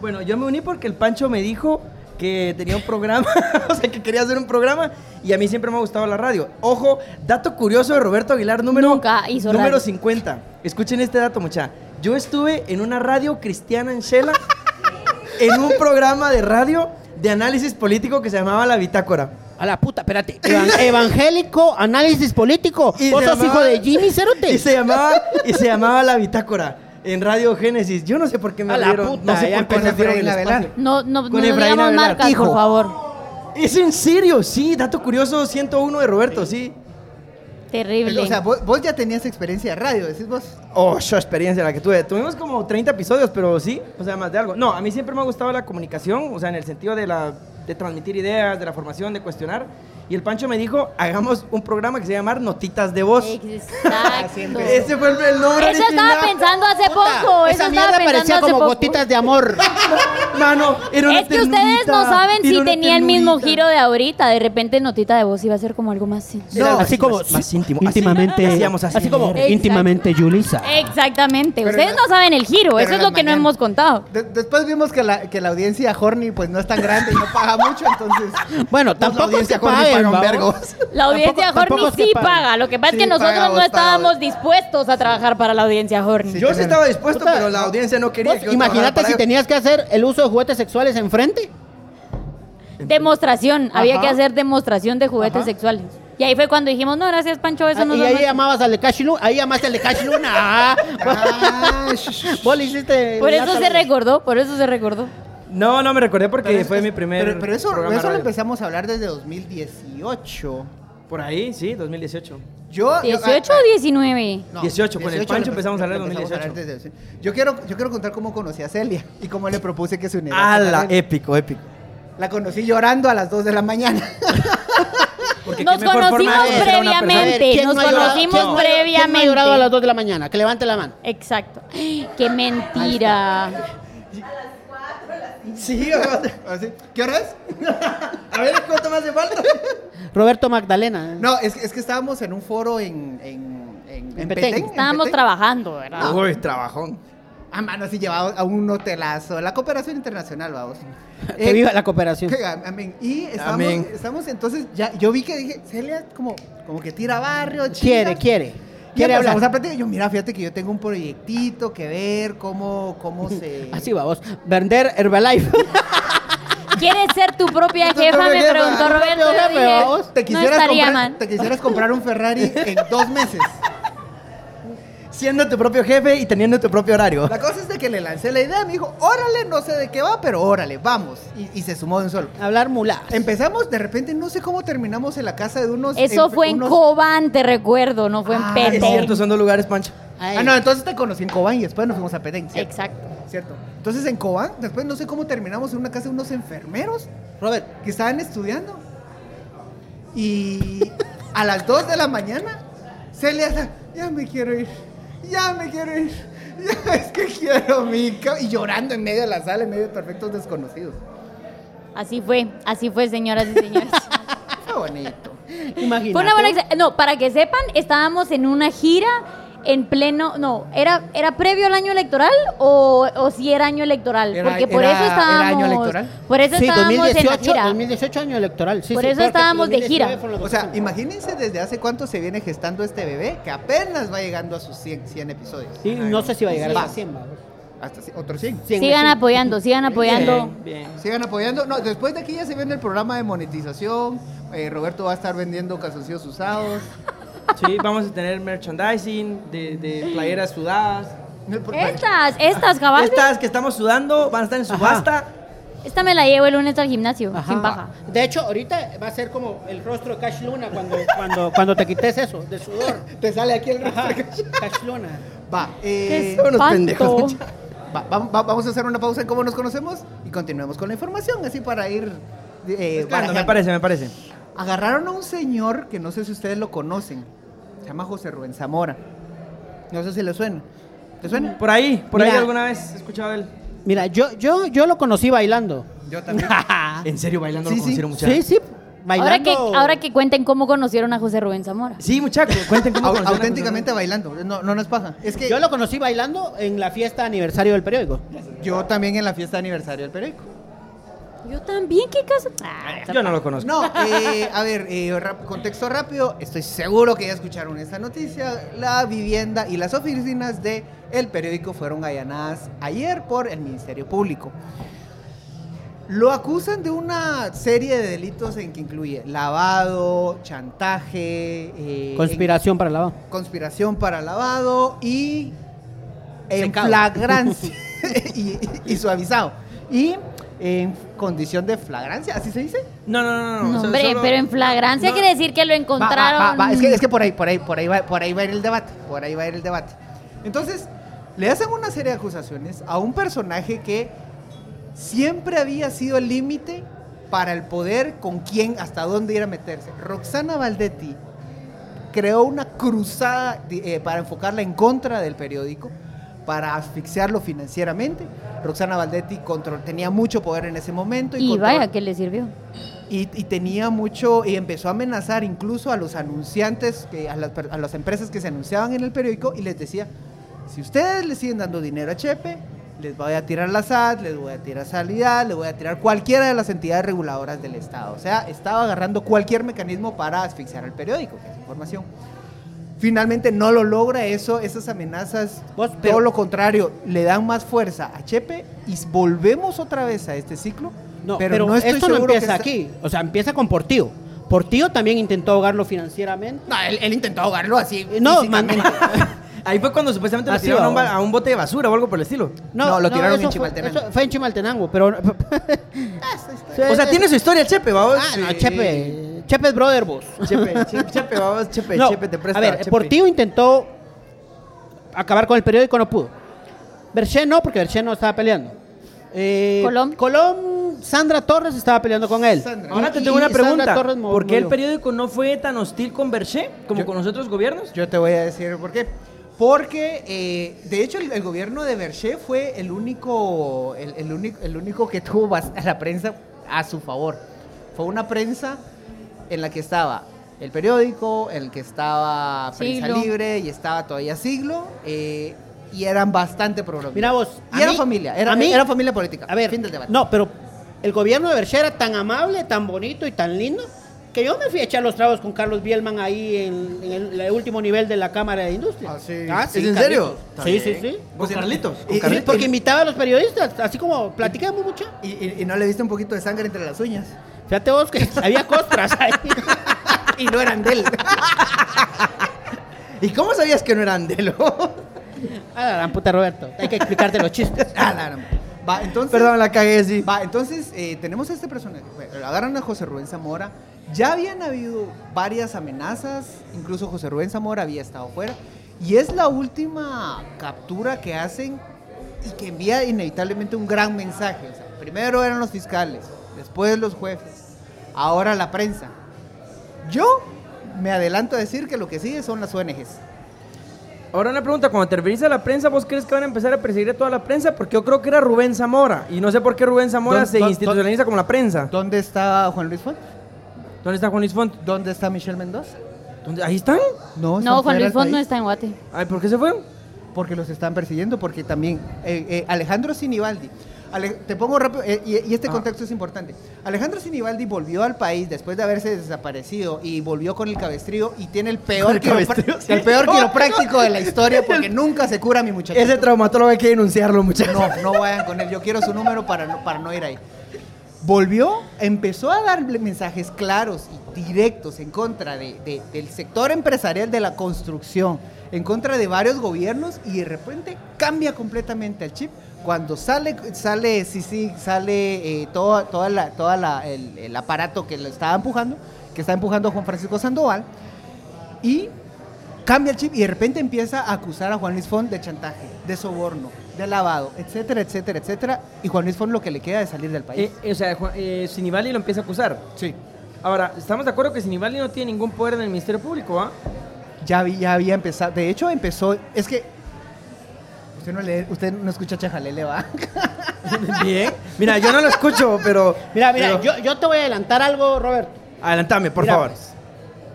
Speaker 3: Bueno, yo me uní porque el Pancho me dijo que tenía un programa, o sea, que quería hacer un programa y a mí siempre me ha gustado la radio. Ojo, dato curioso de Roberto Aguilar, número,
Speaker 4: Nunca hizo
Speaker 3: número
Speaker 4: radio.
Speaker 3: 50. Escuchen este dato, mucha. Yo estuve en una radio cristiana en Shela, en un programa de radio de análisis político que se llamaba La Bitácora.
Speaker 5: A la puta, espérate. Evan- evangélico, análisis político.
Speaker 3: Y
Speaker 5: Vos
Speaker 3: se
Speaker 5: sos
Speaker 3: llamaba-
Speaker 5: hijo de Jimmy Cerote.
Speaker 3: Y se llamaba, y se llamaba La Bitácora en Radio Génesis. Yo no sé por qué me
Speaker 5: A la
Speaker 3: dieron,
Speaker 5: puta,
Speaker 3: no sé
Speaker 5: ya
Speaker 3: por qué
Speaker 1: empecé
Speaker 3: nos dieron
Speaker 1: a ir
Speaker 3: el
Speaker 1: a velar.
Speaker 3: espacio.
Speaker 4: No, no, no
Speaker 3: Con Efraín
Speaker 4: digamos
Speaker 3: Avelar.
Speaker 4: marcas,
Speaker 3: Hijo.
Speaker 4: por favor.
Speaker 3: Es en serio, sí, dato curioso 101 de Roberto, sí.
Speaker 4: Terrible.
Speaker 1: O sea, vos, vos ya tenías experiencia de radio, decís vos.
Speaker 3: Oh, yo experiencia la que tuve. Tuvimos como 30 episodios, pero sí, o sea, más de algo. No, a mí siempre me ha gustado la comunicación, o sea, en el sentido de la de transmitir ideas, de la formación, de cuestionar. Y el Pancho me dijo, hagamos un programa que se llama Notitas de Voz.
Speaker 4: Exacto.
Speaker 3: Ese fue el, el nombre
Speaker 4: Eso estaba
Speaker 3: original.
Speaker 4: pensando hace
Speaker 5: Puta,
Speaker 4: poco. Eso
Speaker 5: Esa
Speaker 4: estaba
Speaker 5: mierda
Speaker 4: pensando
Speaker 5: parecía
Speaker 4: hace
Speaker 5: como
Speaker 4: poco.
Speaker 5: gotitas de amor.
Speaker 3: Mano, era una
Speaker 4: es que ustedes no
Speaker 3: ternurita,
Speaker 4: saben
Speaker 3: era
Speaker 4: si
Speaker 3: una
Speaker 4: tenía el mismo
Speaker 3: ternurita.
Speaker 4: giro de ahorita. De repente, notita de voz iba a ser como algo más sencillo.
Speaker 5: Era
Speaker 3: No,
Speaker 5: así
Speaker 3: así
Speaker 5: como
Speaker 3: más- más íntimo. Así-
Speaker 5: Íntimamente.
Speaker 3: hacíamos así.
Speaker 5: así como
Speaker 4: Exacto.
Speaker 5: íntimamente Yulisa.
Speaker 4: Exactamente.
Speaker 1: Pero
Speaker 4: ustedes
Speaker 1: la-
Speaker 4: no saben el giro.
Speaker 1: pero
Speaker 4: Eso es
Speaker 1: la
Speaker 4: lo que no
Speaker 1: mañana.
Speaker 4: hemos contado.
Speaker 1: De- después vimos que la, que la audiencia horny pues no es tan grande y no paga mucho, entonces...
Speaker 5: Bueno,
Speaker 1: pues, la
Speaker 5: tampoco es
Speaker 1: audiencia
Speaker 5: que
Speaker 1: horny
Speaker 5: paguen,
Speaker 1: paga un
Speaker 5: ¿va?
Speaker 1: vergos.
Speaker 4: La audiencia
Speaker 5: Tampoco- tampoco
Speaker 4: Horny
Speaker 5: es que
Speaker 4: sí
Speaker 5: paguen.
Speaker 4: paga. Lo que pasa es que
Speaker 1: Sí,
Speaker 4: nosotros
Speaker 1: paga,
Speaker 4: no
Speaker 1: vos
Speaker 4: estábamos
Speaker 1: paga.
Speaker 4: dispuestos a trabajar para la audiencia Horny.
Speaker 1: Sí,
Speaker 3: Yo sí
Speaker 1: tener-
Speaker 3: estaba dispuesto,
Speaker 5: Puta,
Speaker 3: pero la audiencia no quería.
Speaker 5: Vos
Speaker 3: que yo
Speaker 5: Imagínate
Speaker 3: trabajara
Speaker 5: si
Speaker 3: para ellos.
Speaker 5: tenías que hacer el uso de juguetes sexuales enfrente.
Speaker 4: Demostración. Había
Speaker 5: Ajá.
Speaker 4: que hacer demostración de juguetes
Speaker 5: Ajá.
Speaker 4: sexuales. Y ahí fue cuando dijimos, no, gracias, Pancho, eso
Speaker 5: Ah,
Speaker 4: no
Speaker 5: y
Speaker 4: da
Speaker 5: ahí
Speaker 4: nuestro".
Speaker 5: llamabas al de Cash Luna. Ahí llamaste al de Cash Luna. Ah,
Speaker 1: Ah, sh- sh-
Speaker 5: Vos le hiciste.
Speaker 4: Por
Speaker 5: el
Speaker 4: eso se
Speaker 5: acto-
Speaker 4: recordó, por eso se recordó.
Speaker 1: Ah,
Speaker 3: No, no, me recordé porque
Speaker 1: pero eso-
Speaker 3: fue mi primer.
Speaker 1: Pero, pero eso,
Speaker 3: programa
Speaker 1: eso lo
Speaker 3: radio.
Speaker 1: empezamos a hablar desde 2018.
Speaker 3: Por ahí, sí, 2018.
Speaker 1: Yo, yo- ah,
Speaker 4: ¿18
Speaker 1: ah,
Speaker 4: o 19?
Speaker 3: 18, con el Pancho
Speaker 1: lo
Speaker 3: empezamos a hablar
Speaker 1: lo
Speaker 3: en
Speaker 1: empezamos
Speaker 3: 2018.
Speaker 1: hablar desde- sí. yo, quiero, yo quiero contar cómo conocí a Celia y cómo le propuse que se uniera. a
Speaker 3: ¡Hala!
Speaker 1: Celia.
Speaker 3: Épico, épico. e-!
Speaker 1: La conocí llorando a las 2 de la mañana.
Speaker 3: Porque
Speaker 4: Nos
Speaker 3: qué mejor forma de
Speaker 4: conocimos
Speaker 3: conocer a una persona.
Speaker 5: A ver,
Speaker 4: previamente.
Speaker 5: ¿quién
Speaker 4: Nos
Speaker 5: no ha llorado?
Speaker 4: conocimos
Speaker 5: ¿Quién no ha- ¿Quién no ha
Speaker 4: previamente.
Speaker 5: llorado a las 2 de la mañana? Que levante la mano.
Speaker 4: Exacto. ¡Qué mentira!
Speaker 1: sí, así. ¿Qué hora es?
Speaker 3: A ver, ¿cuánto más hace falta?
Speaker 5: Roberto Magdalena.
Speaker 1: No, es, es que estábamos en un foro en, en, en,
Speaker 5: En Petén.
Speaker 4: Estábamos
Speaker 1: trabajando.
Speaker 4: trabajando,
Speaker 1: Ah,
Speaker 4: ¿verdad?
Speaker 3: Uy, trabajón.
Speaker 1: A mano, sí, llevaba a un hotelazo. La cooperación internacional, vamos.
Speaker 5: Que
Speaker 1: Eh,
Speaker 5: viva la cooperación.
Speaker 1: Que- Amén. Y estamos,
Speaker 3: Amén.
Speaker 1: estamos entonces, ya, yo vi que dije, Celia como, como que tira barrio,
Speaker 5: Quiere, quiere. Quiere
Speaker 1: Vamos a
Speaker 5: hablar.
Speaker 1: platicar. Yo, mira, fíjate que yo tengo un proyectito que ver, cómo, cómo se.
Speaker 5: Así va vos. Vender Herbalife.
Speaker 4: ¿Quieres ser tu propia
Speaker 1: Tu propia
Speaker 4: jefa? Me
Speaker 1: jefa,
Speaker 4: preguntó
Speaker 1: tu propio
Speaker 4: Roberto.
Speaker 5: jefe,
Speaker 4: Yo dije,
Speaker 5: vamos.
Speaker 1: Te
Speaker 4: no
Speaker 1: quisieras,
Speaker 4: estaría
Speaker 1: comprar,
Speaker 4: mal.
Speaker 1: te quisieras comprar un Ferrari en dos meses.
Speaker 3: Siendo tu propio jefe y teniendo tu propio horario.
Speaker 1: La cosa es de que le lancé la idea, me dijo, órale, no sé de qué va, pero órale, vamos. Y, y se sumó de un solo.
Speaker 5: hablar mulá.
Speaker 3: Em-
Speaker 1: Empezamos, de repente, no sé cómo terminamos en la casa de unos.
Speaker 4: Eso fue en
Speaker 1: unos-
Speaker 4: Cobán, te recuerdo, no fue en
Speaker 1: Ah,
Speaker 4: Petén.
Speaker 3: Es cierto, son dos lugares, Pancho.
Speaker 1: Ah, no, entonces te conocí en Cobán y después nos fuimos a Petén. ¿cierto?
Speaker 4: Exacto.
Speaker 1: Cierto. Entonces en Cobán, después no sé cómo terminamos en una casa de unos enfermeros
Speaker 5: Robert.
Speaker 1: que estaban estudiando. Y a las 2 de la mañana, Celia está, ya me quiero ir, ya me quiero ir, ya es que quiero mi ca-". Y llorando en medio de la sala, en medio de perfectos desconocidos.
Speaker 4: Así fue, así fue, señoras y señores.
Speaker 1: Qué bonito.
Speaker 5: Imagínate.
Speaker 4: Fue una buena ex- No, para que sepan, estábamos en una gira en pleno. No, ¿era, era previo al año electoral o, o si era año electoral?
Speaker 1: Era-
Speaker 4: Porque por
Speaker 1: era-
Speaker 4: eso
Speaker 1: era
Speaker 4: estábamos.
Speaker 1: año electoral.
Speaker 4: Por eso
Speaker 5: Sí,
Speaker 4: estábamos
Speaker 5: 2018,
Speaker 4: en la gira.
Speaker 5: 2018 año electoral. Sí,
Speaker 4: Por
Speaker 5: sí,
Speaker 4: eso
Speaker 5: porque
Speaker 4: estábamos de
Speaker 5: 2019
Speaker 4: gira.
Speaker 5: fueron las
Speaker 1: O sea,
Speaker 5: elecciones.
Speaker 1: imagínense desde hace cuánto se viene gestando este bebé que apenas va llegando a sus 100, 100 episodios.
Speaker 5: Sí, no sé si va a llegar a las 100, va.
Speaker 1: Hasta ci- otros 100.
Speaker 5: Cien,
Speaker 4: Sigan
Speaker 5: cien.
Speaker 4: apoyando, sigan apoyando.
Speaker 3: Bien, bien.
Speaker 1: Sigan apoyando. No, después de aquí ya se viene el programa de monetización. Eh, Roberto va a estar vendiendo calzoncillos usados.
Speaker 3: Sí, vamos a tener merchandising de, de playeras sudadas.
Speaker 4: Estas, estas, cabal. Esta,
Speaker 3: Estas que estamos sudando van a estar en subasta.
Speaker 4: me la llevo el lunes al gimnasio,
Speaker 5: Ajá.
Speaker 4: sin paja.
Speaker 5: De hecho, ahorita va a ser como el rostro de Cash Luna cuando, cuando, cuando te quites eso, de sudor.
Speaker 1: Te sale aquí el
Speaker 5: Ajá, Cash Luna.
Speaker 1: Va,
Speaker 4: ¡Qué
Speaker 1: eh,
Speaker 3: son unos
Speaker 4: espanto!
Speaker 3: pendejos,
Speaker 1: va- va- va- vamos a hacer una pausa en cómo nos conocemos y continuemos con la información, así para ir. eh,
Speaker 3: Bueno, me
Speaker 1: barajando.
Speaker 3: parece, me parece.
Speaker 1: Agarraron a un señor que no sé si ustedes lo conocen. Se llama José Rubén Zamora. No sé si le suena. ¿Te suena?
Speaker 3: Por ahí, por ahí
Speaker 5: Mira.
Speaker 3: alguna vez he escuchado él.
Speaker 5: Mira, yo, yo, yo lo conocí bailando.
Speaker 1: Yo también.
Speaker 3: En serio, bailando
Speaker 1: Sí, sí.
Speaker 3: lo conocieron muchachos.
Speaker 5: Sí, sí, bailando.
Speaker 4: Ahora que, ahora que cuenten cómo conocieron a José Rubén Zamora.
Speaker 3: Sí, muchachos, cuenten cómo conocieron a
Speaker 1: Auténticamente bailando. No, no nos paja. Es que
Speaker 5: Yo lo conocí bailando en la fiesta de aniversario del periódico.
Speaker 1: yo también en la fiesta de aniversario del periódico.
Speaker 4: Yo también, ¿qué caso? Ah,
Speaker 3: Yo no lo conozco.
Speaker 1: No, eh, a ver, eh, rap- contexto rápido. Estoy seguro que ya escucharon esta noticia. La vivienda y las oficinas de el periódico fueron allanadas ayer por el Ministerio Público. Lo acusan de una serie de delitos en que incluye lavado, chantaje, eh,
Speaker 5: Conspiración para la va.
Speaker 1: en- conspiración para lavado y en
Speaker 5: Secado.
Speaker 1: flagrancia y, y suavizado y en condición de flagrancia, así se dice.
Speaker 3: No, no, no. no,
Speaker 4: No,
Speaker 3: o sea,
Speaker 4: hombre,
Speaker 3: solo-
Speaker 4: pero en flagrancia
Speaker 3: no.
Speaker 4: quiere decir que lo
Speaker 1: Va, va,
Speaker 4: encontraron.
Speaker 1: va, va. Es, que, es que por ahí, por ahí, por ahí va, por ahí va a ir el debate. Por ahí va a ir el debate. Entonces, le hacen una serie de acusaciones a un personaje que siempre había sido el límite para el poder con quién, hasta dónde ir a meterse. Roxana Valdetti creó una cruzada de- eh, para enfocarla en contra del periódico, para asfixiarlo financieramente. Roxana Valdetti control, tenía mucho poder en ese momento.
Speaker 4: Y
Speaker 1: control-
Speaker 4: vaya que le sirvió.
Speaker 1: y, y tenía mucho, y empezó a amenazar incluso a los anunciantes, que, a, las, per- a las empresas que se anunciaban en el periódico y les decía, si ustedes le siguen dando dinero a Chepe, les voy a tirar la SAT, les voy a tirar salida, les voy a tirar cualquiera de las entidades reguladoras del Estado. O sea, estaba agarrando cualquier mecanismo para asfixiar al periódico, que es información. Finalmente no lo logra eso, esas amenazas,
Speaker 5: Vos,
Speaker 1: todo
Speaker 5: pero-
Speaker 1: lo contrario, le dan más fuerza a Chepe y volvemos otra vez a este ciclo.
Speaker 5: No, pero, esto no
Speaker 1: seguro que
Speaker 5: empieza
Speaker 1: esta-
Speaker 5: aquí. O sea, empieza con Portillo. Portillo también intentó ahogarlo financieramente. Eh,
Speaker 1: No, él, él intentó ahogarlo así.
Speaker 5: No,
Speaker 1: físicamente.
Speaker 5: man-
Speaker 3: Ahí fue cuando supuestamente lo
Speaker 5: Así
Speaker 3: tiraron a un,
Speaker 5: Ah, va.
Speaker 3: ba- a un bote de basura o algo por el estilo.
Speaker 1: No, lo tiraron en
Speaker 5: eso
Speaker 1: Chimaltenango.
Speaker 5: Fue, eso fue en Chimaltenango, pero.
Speaker 3: O sea, tiene su historia, Chepe, vamos.
Speaker 5: Eh, Ah, no,
Speaker 3: Sí.
Speaker 5: Chepe. Chepe es brother, vos.
Speaker 3: Chepe, Chepe, Chepe, vamos, Chepe,
Speaker 5: No,
Speaker 3: Chepe, te presta.
Speaker 5: a ver, eh,
Speaker 3: Chepe.
Speaker 5: Portillo intentó acabar con el periódico, no pudo. Berché no, porque Berché no estaba peleando. Eh,
Speaker 4: Colom.
Speaker 5: Colom, Sandra Torres estaba peleando con él.
Speaker 1: Sandra.
Speaker 3: Ahora
Speaker 5: Y-
Speaker 3: te tengo
Speaker 5: y
Speaker 3: una
Speaker 5: Sandra
Speaker 3: pregunta.
Speaker 5: Torres mo-
Speaker 3: ¿Por qué el
Speaker 5: murió.
Speaker 3: periódico no fue tan hostil con Berché como con los otros gobiernos?
Speaker 1: Yo te voy a decir por qué. Porque, eh, de hecho, el, el gobierno de Berché fue el único, el, el único, el único que tuvo bas- a la prensa a su favor. Fue una prensa en la que estaba el periódico, en el que estaba Prensa
Speaker 4: Siglo.
Speaker 1: Libre y estaba todavía Siglo. eh, y eran bastante problemas.
Speaker 5: Mira vos,
Speaker 1: Y
Speaker 5: a
Speaker 1: era
Speaker 5: mí-
Speaker 1: familia, era,
Speaker 5: a mí-
Speaker 1: era familia política.
Speaker 5: A ver,
Speaker 1: fin del debate.
Speaker 5: no, pero el gobierno de Berché era tan amable, tan bonito y tan lindo que yo me fui a echar los tragos con Carlos Bielman ahí en, en el, el último nivel de la Cámara de Industria.
Speaker 1: Ah, sí.
Speaker 3: ¿Es en serio?
Speaker 5: Carlitos. Sí, sí, sí.
Speaker 3: Con Carlitos.
Speaker 5: Y- y porque invitaba a los periodistas, así como platicamos mucho.
Speaker 1: Y, y- y no le viste un poquito de sangre entre las uñas.
Speaker 5: Fíjate vos que había costras ahí.
Speaker 1: Y no eran de él.
Speaker 3: ¿Y cómo sabías que no eran de lo?
Speaker 5: A Ah, la gran puta, Roberto. Hay que explicarte los chistes.
Speaker 1: Ah, la gran- Va, entonces.
Speaker 3: Perdón, la cagué, sí.
Speaker 1: Va, entonces eh, tenemos a este personaje. Bueno, Agarran a José Rubén Zamora. Ya habían habido varias amenazas. Incluso José Rubén Zamora había estado fuera. Y es la última captura que hacen y que envía inevitablemente un gran mensaje. O sea, primero eran los fiscales, después los jueces, ahora la prensa. Yo me adelanto a decir que lo que sigue son las ONGs.
Speaker 3: Ahora una pregunta, cuando te referís a la prensa, ¿vos crees que van a empezar a perseguir a toda la prensa? Porque yo creo que era Rubén Zamora. Y no sé por qué Rubén Zamora
Speaker 1: Don-
Speaker 3: se
Speaker 1: don-
Speaker 3: institucionaliza como la prensa.
Speaker 1: ¿Dónde está Juan Luis Font?
Speaker 3: ¿Dónde está Juan Luis Font?
Speaker 1: ¿Dónde está Michelle Mendoza?
Speaker 3: ¿Dónde- ¿Ahí están?
Speaker 4: No,
Speaker 1: están fuera
Speaker 4: Juan Luis
Speaker 1: del
Speaker 4: Font no
Speaker 1: país.
Speaker 4: está en Guate.
Speaker 3: Ay, ¿Por qué se fue?
Speaker 1: porque los están persiguiendo, porque también eh, eh, Alejandro Sinibaldi, Ale- te pongo rápido, eh, y, y este
Speaker 3: Ah.
Speaker 1: contexto es importante, Alejandro Sinibaldi volvió al país después de haberse desaparecido y volvió con el cabestrío y tiene el peor,
Speaker 3: el
Speaker 1: quiropr-
Speaker 3: cabestrío, sí.
Speaker 1: el peor quiropráctico de la historia porque nunca se cura mi muchacho.
Speaker 3: Ese traumatólogo hay que denunciarlo, muchachos.
Speaker 1: No, no vayan con él. Yo quiero su número para no, para no ir ahí. Volvió, empezó a dar mensajes claros y directos en contra de- de- del sector empresarial de la construcción, en contra de varios gobiernos y de repente cambia completamente el chip. Cuando sale, sale, sí, sí, sale eh, todo, toda la, toda la- el, el aparato que lo estaba empujando, que está empujando a Juan Francisco Sandoval, y cambia el chip y de repente empieza a acusar a Juan Luis Font de chantaje, de soborno, de lavado, etcétera, etcétera, etcétera. Y Juan Luis Font lo que le queda es salir del país.
Speaker 3: Eh, eh, o sea, Juan- eh, Sinibaldi lo empieza a acusar.
Speaker 1: sí.
Speaker 3: Ahora, estamos de acuerdo que Sinibaldi no tiene ningún poder en el Ministerio Público, ¿ah?
Speaker 1: Ya, vi- ya había empezado. De hecho, empezó. Es que. Usted no, lee, usted no escucha Chajalele, va.
Speaker 3: Bien. Mira, yo no lo escucho, pero.
Speaker 5: Mira, mira,
Speaker 3: pero-
Speaker 5: yo, yo te voy a adelantar algo, Roberto.
Speaker 3: Adelantame, por
Speaker 5: Mira,
Speaker 3: favor.
Speaker 5: pues,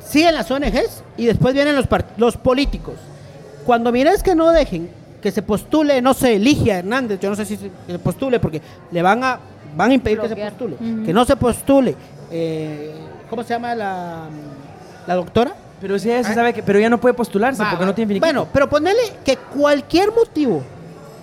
Speaker 5: Siguen las ONGs y después vienen los, par- los políticos. Cuando mires que no dejen que se postule, no se elige a Hernández, yo no sé si se que se postule porque le van a van a impedir que se
Speaker 4: Bloquear.
Speaker 5: postule.
Speaker 4: Ujú.
Speaker 5: Que no se postule. Eh, ¿Cómo se llama la, la doctora?
Speaker 3: Pero si ella se sabe que. Pero ella no puede postularse
Speaker 5: Va,
Speaker 3: porque no tiene finiquito.
Speaker 5: Bueno, pero ponele que cualquier motivo,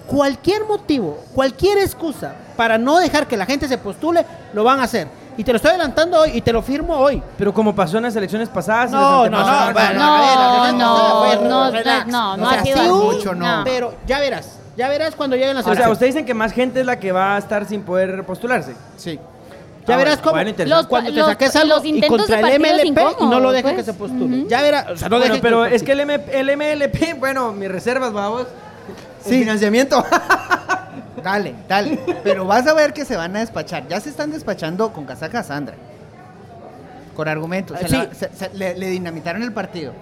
Speaker 5: cualquier motivo, cualquier excusa para no dejar que la gente se postule, lo van a hacer. Y te lo estoy adelantando hoy y te lo firmo hoy.
Speaker 3: Pero como pasó en las elecciones pasadas. y
Speaker 5: No,
Speaker 3: las
Speaker 5: no,
Speaker 3: antepasadas,
Speaker 5: no, bueno, a ver, a ver,
Speaker 4: No, no,
Speaker 5: relax,
Speaker 4: no,
Speaker 5: pues, relax.
Speaker 4: no, no
Speaker 1: O sea,
Speaker 4: ha sido
Speaker 1: sí,
Speaker 4: así.
Speaker 1: mucho no.
Speaker 5: Pero ya verás, ya verás cuando lleguen las
Speaker 3: O sea,
Speaker 5: elecciones.
Speaker 3: ustedes dicen que más gente es la que va a estar sin poder postularse.
Speaker 1: Sí.
Speaker 5: Ya
Speaker 3: Ah,
Speaker 5: verás
Speaker 3: bueno,
Speaker 5: cómo
Speaker 3: bueno, interesante.
Speaker 4: Los-
Speaker 5: cuando te
Speaker 4: los-
Speaker 5: saques algo
Speaker 4: los
Speaker 5: y
Speaker 4: intentos
Speaker 5: contra
Speaker 4: de
Speaker 5: el
Speaker 4: partidos
Speaker 5: MLP y no lo
Speaker 4: incómodos,
Speaker 5: dejes que
Speaker 4: pues.
Speaker 5: se postule.
Speaker 4: Ujú.
Speaker 5: Ya verás, o sea, no
Speaker 3: bueno,
Speaker 5: dejes
Speaker 3: pero
Speaker 5: que se
Speaker 3: es que el, M- el MLP, bueno, mis reservas, vamos.
Speaker 1: Sí. financiamiento. dale, dale. Pero vas a ver que se van a despachar. Ya se están despachando con casaca Sandra. Con argumentos. Se
Speaker 5: Sí.
Speaker 1: la- se- se- le, le dinamitaron el partido.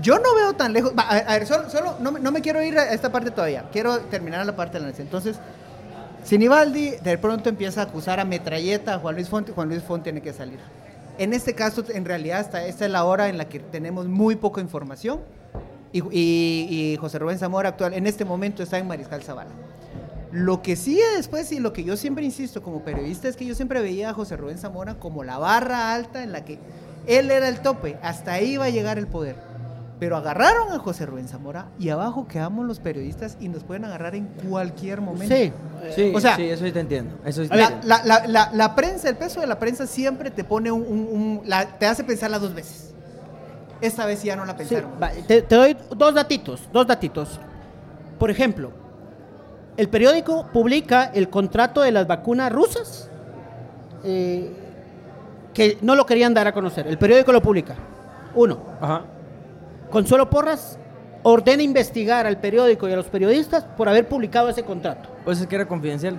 Speaker 1: Yo no veo tan lejos. Va, a, a ver, solo, solo- no, me- no me quiero ir a esta parte todavía. Quiero terminar la parte del análisis. Entonces, Sinibaldi de pronto empieza a acusar a Metralleta, a Juan Luis Fonte, Juan Luis Fonte tiene que salir. En este caso, en realidad, hasta esta es la hora en la que tenemos muy poca información y, y- y José Rubén Zamora actual en este momento está en Mariscal Zavala. Lo que sigue después y lo que yo siempre insisto como periodista es que yo siempre veía a José Rubén Zamora como la barra alta en la que él era el tope, hasta ahí iba a llegar el poder. Pero agarraron a José Rubén Zamora y abajo quedamos los periodistas y nos pueden agarrar en cualquier momento.
Speaker 5: Sí.
Speaker 3: Sí,
Speaker 1: O sea-
Speaker 3: sí, eso sí te entiendo. Eso sí te
Speaker 1: La,
Speaker 3: entiendo.
Speaker 1: la- la- la- la prensa, el peso de la prensa siempre te pone un... un- un- la- te hace pensarla dos veces. Esta vez ya no la
Speaker 5: Sí,
Speaker 1: pensaron.
Speaker 5: va, te, te doy dos datitos, dos datitos. Por ejemplo, el periódico publica el contrato de las vacunas rusas eh, que no lo querían dar a conocer. El periódico lo publica. Uno,
Speaker 3: Ajá.
Speaker 5: Consuelo Porras ordena investigar al periódico y a los periodistas por haber publicado ese contrato.
Speaker 3: Pues es que era confidencial.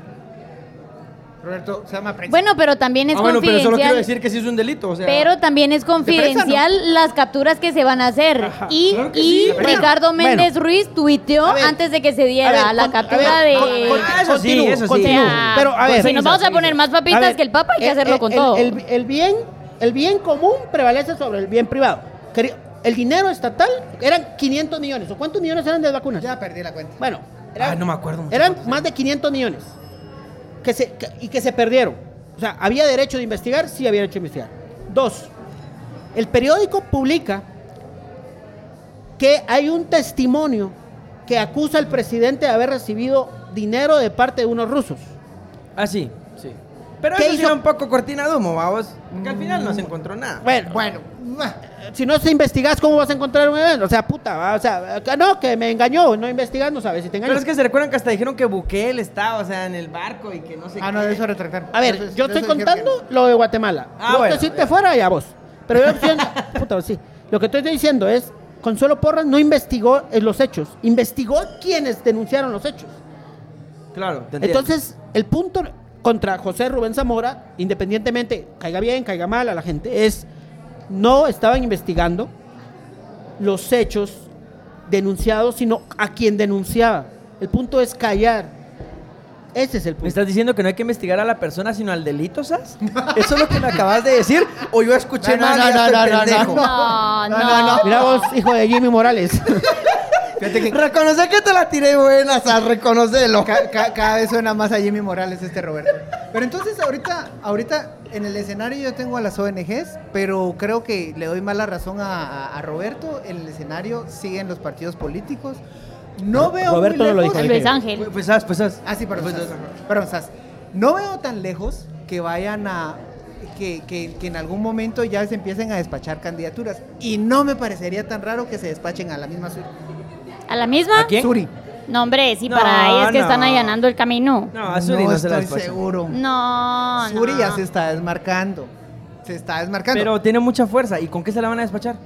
Speaker 1: Roberto, se llama prensa.
Speaker 4: Bueno, pero también es
Speaker 3: ah, bueno, pero
Speaker 4: confidencial.
Speaker 3: solo quiero decir que sí es un delito. O sea,
Speaker 4: Pero también es confidencial las capturas que se van a hacer.
Speaker 3: Ajá,
Speaker 4: y
Speaker 3: claro que
Speaker 4: y
Speaker 3: sí,
Speaker 5: bueno,
Speaker 4: Ricardo
Speaker 5: bueno.
Speaker 4: Méndez Ruiz tuiteó
Speaker 5: A ver,
Speaker 4: antes de que se diera
Speaker 5: A ver,
Speaker 4: la
Speaker 5: con-
Speaker 4: captura
Speaker 5: a ver,
Speaker 4: de...
Speaker 5: con-
Speaker 3: Ah, eso sí,
Speaker 5: continúo,
Speaker 3: eso sí.
Speaker 5: continúo.
Speaker 4: O sea, pues,
Speaker 5: Pero a ver,
Speaker 4: si nos vamos a poner más papitas
Speaker 5: A ver,
Speaker 4: que el Papa, hay que
Speaker 5: eh,
Speaker 4: hacerlo
Speaker 5: eh,
Speaker 4: con
Speaker 5: el-
Speaker 4: todo.
Speaker 5: El, el bien, el bien común prevalece sobre el bien privado. Queri- El dinero estatal eran 500 millones. ¿O cuántos millones eran de las vacunas?
Speaker 1: Ya perdí la cuenta.
Speaker 5: Bueno, era-
Speaker 3: Ah, no me acuerdo. mucho.
Speaker 5: eran más de 500 millones que se, que- y que se perdieron. O sea, ¿había derecho de investigar? Sí, había derecho de investigar. Dos, el periódico publica que hay un testimonio que acusa al presidente de haber recibido dinero de parte de unos rusos.
Speaker 3: Ah, sí, sí. Pero
Speaker 5: ¿Qué
Speaker 3: eso sí
Speaker 5: hizo?
Speaker 3: era un poco cortina de humo, vamos. Que al final no se encontró nada.
Speaker 5: Bueno,
Speaker 1: Bueno, muah.
Speaker 5: si no se investigas, ¿cómo vas a encontrar un evento? O sea, puta, ¿va? o sea, que no, que me engañó, no investigas, no sabes si te engañó.
Speaker 3: Pero es que se recuerdan que hasta dijeron que Bukele estaba, o sea, en el barco y que no sé
Speaker 1: Ah,
Speaker 3: qué.
Speaker 1: no, de eso retractar.
Speaker 5: A ver,
Speaker 1: Eso es-
Speaker 5: yo
Speaker 1: de
Speaker 5: estoy
Speaker 1: eso dijeron que
Speaker 5: contando lo de Guatemala.
Speaker 3: Ah,
Speaker 5: Vos
Speaker 3: bueno,
Speaker 5: te hiciste fuera y a vos. Pero yo estoy diciendo- puta, sí. Lo que estoy diciendo es, Consuelo Porras no investigó eh, los hechos, investigó quienes denunciaron los hechos.
Speaker 3: Claro, te entiendo.
Speaker 5: Entonces, el punto contra José Rubén Zamora, independientemente, caiga bien, caiga mal a la gente, es no estaban investigando los hechos denunciados, sino a quien denunciaba. El punto es callar. Ese es el
Speaker 3: ¿Me
Speaker 5: punto.
Speaker 3: estás diciendo que no hay que investigar a la persona, sino al delito, Sas? ¿Eso es lo que me acabas de decir? ¿O yo escuché
Speaker 1: No, no,
Speaker 3: mal
Speaker 1: no,
Speaker 3: y ya
Speaker 1: no,
Speaker 3: estoy
Speaker 1: no,
Speaker 3: pendejo?
Speaker 1: no,
Speaker 4: No, no.
Speaker 5: Mira vos, hijo de Jimmy Morales.
Speaker 1: Fíjate que
Speaker 3: Reconocer que te la tiré buena, Sas, reconocelo.
Speaker 1: ca- ca- cada vez suena más a Jimmy Morales este Roberto. Pero entonces ahorita, ahorita en el escenario yo tengo a las ONGs, pero creo que le doy mala razón a, a- a Roberto. En el escenario siguen los partidos políticos. No veo muy
Speaker 5: Roberto no lo
Speaker 1: lejos-
Speaker 5: dijo,
Speaker 4: Luis Ángel.
Speaker 3: Pues, pues Sas, pues Sas.
Speaker 1: Ah, sí, perdón.
Speaker 3: Pues,
Speaker 1: Sas. Perdón, Sas. No veo tan lejos que vayan a. Que, que- que en algún momento ya se empiecen a despachar candidaturas. Y no me parecería tan raro que se despachen a la misma Suri.
Speaker 4: ¿A la misma?
Speaker 3: ¿A quién?
Speaker 1: Suri.
Speaker 4: No, hombre, sí,
Speaker 3: No,
Speaker 4: para ellas que
Speaker 3: no.
Speaker 4: están allanando el camino.
Speaker 3: No, a Suri no, se la
Speaker 1: estoy
Speaker 3: despacha.
Speaker 1: seguro.
Speaker 4: No,
Speaker 1: Suri
Speaker 4: no.
Speaker 1: ya se está desmarcando. Se está desmarcando.
Speaker 3: Pero tiene mucha fuerza. ¿Y con qué se la van a despachar?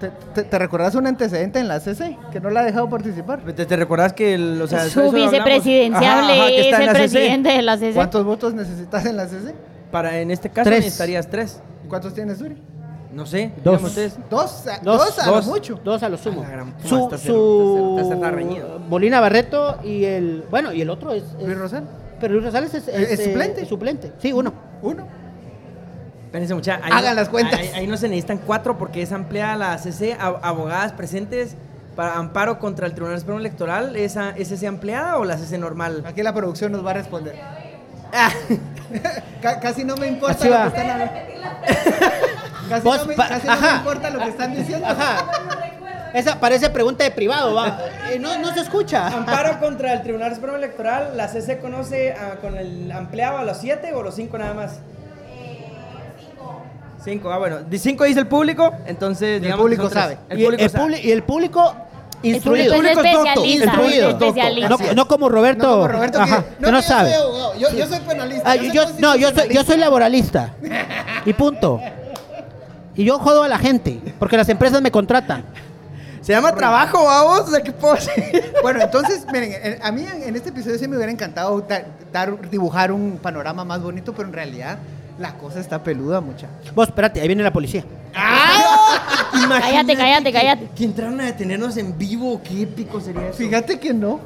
Speaker 1: ¿Te, te, te recordás un antecedente en la CC que no la ha dejado participar?
Speaker 3: ¿Te, te recordás que el, o sea, eso
Speaker 4: Su
Speaker 3: hablamos?
Speaker 4: vicepresidenciable
Speaker 3: Ajá, ajá, que
Speaker 4: es
Speaker 3: está en
Speaker 4: el
Speaker 3: la CC.
Speaker 4: presidente de la CC.
Speaker 1: ¿Cuántos votos necesitas en la CC?
Speaker 3: Para, en este caso
Speaker 5: Tres.
Speaker 3: necesitarías tres.
Speaker 1: ¿Cuántos tiene Suri?
Speaker 3: No sé,
Speaker 5: Dos.
Speaker 3: digamos tres.
Speaker 1: Dos, a-
Speaker 5: Dos,
Speaker 1: dos, a lo
Speaker 3: dos.
Speaker 1: mucho.
Speaker 5: Dos a lo sumo.
Speaker 3: A la gran-
Speaker 5: su
Speaker 3: está cer-
Speaker 5: su-
Speaker 3: está cer- está cer- reñido.
Speaker 5: Molina Barreto y el bueno y el otro es, es-
Speaker 1: Luis Rosal,
Speaker 5: pero Luis Rosales es,
Speaker 1: ¿Es- es
Speaker 5: eh,
Speaker 1: suplente?
Speaker 5: suplente. Sí, uno.
Speaker 1: uno.
Speaker 3: Espérense, mucha, ahí-
Speaker 1: Hagan las cuentas.
Speaker 3: Ahí, ahí no se necesitan cuatro porque es ampliada la CC, ab- abogadas presentes para amparo contra el Tribunal Supremo Electoral. ¿Esa, ¿Es CC ampliada o la CC normal?
Speaker 1: Aquí la producción nos va a responder. Ca- casi no me importa
Speaker 5: Ah. Así
Speaker 1: lo
Speaker 5: va.
Speaker 1: que están hablando. Casi,
Speaker 5: Vos
Speaker 1: no me,
Speaker 5: pa-
Speaker 1: casi no me
Speaker 5: ajá.
Speaker 1: importa lo que están diciendo.
Speaker 5: Ajá. Esa parece pregunta de privado, va. Eh, no, no se escucha.
Speaker 2: Amparo contra el Tribunal Supremo Electoral, la CC conoce ah, con el ampliado a los 7 o los 5 nada más.
Speaker 3: 5, ah, bueno. 5 dice el público, entonces.
Speaker 5: El
Speaker 3: digamos que
Speaker 5: público
Speaker 3: son tres.
Speaker 5: sabe.
Speaker 3: El
Speaker 5: Y
Speaker 3: público sabe.
Speaker 5: publi- Y el público instruido.
Speaker 4: El público es
Speaker 3: docto,
Speaker 4: especialista.
Speaker 5: instruido.
Speaker 4: es especialista.
Speaker 5: No, no como Roberto.
Speaker 1: No, como Roberto,
Speaker 5: Ajá,
Speaker 1: que,
Speaker 5: que no
Speaker 1: que yo
Speaker 5: sabe.
Speaker 1: soy abogado, Yo, yo soy penalista.
Speaker 5: Ah,
Speaker 1: soy
Speaker 5: yo, no, yo soy, yo
Speaker 1: constitucionalista.
Speaker 5: soy laboralista. Y punto. Y yo jodo a la gente, porque las empresas me contratan.
Speaker 3: Se llama trabajo, vamos. O sea, ¿qué puedo hacer?
Speaker 1: Bueno, entonces, miren, en- a mí en, en este episodio sí me hubiera encantado da- dar, dibujar un panorama más bonito, pero en realidad la cosa está peluda, mucha.
Speaker 5: Vos, espérate, ahí viene la policía.
Speaker 3: Ah. Imagínate
Speaker 4: cállate,
Speaker 3: que-
Speaker 4: cállate.
Speaker 3: Que entraran a detenernos en vivo, qué épico sería eso.
Speaker 1: Fíjate que no.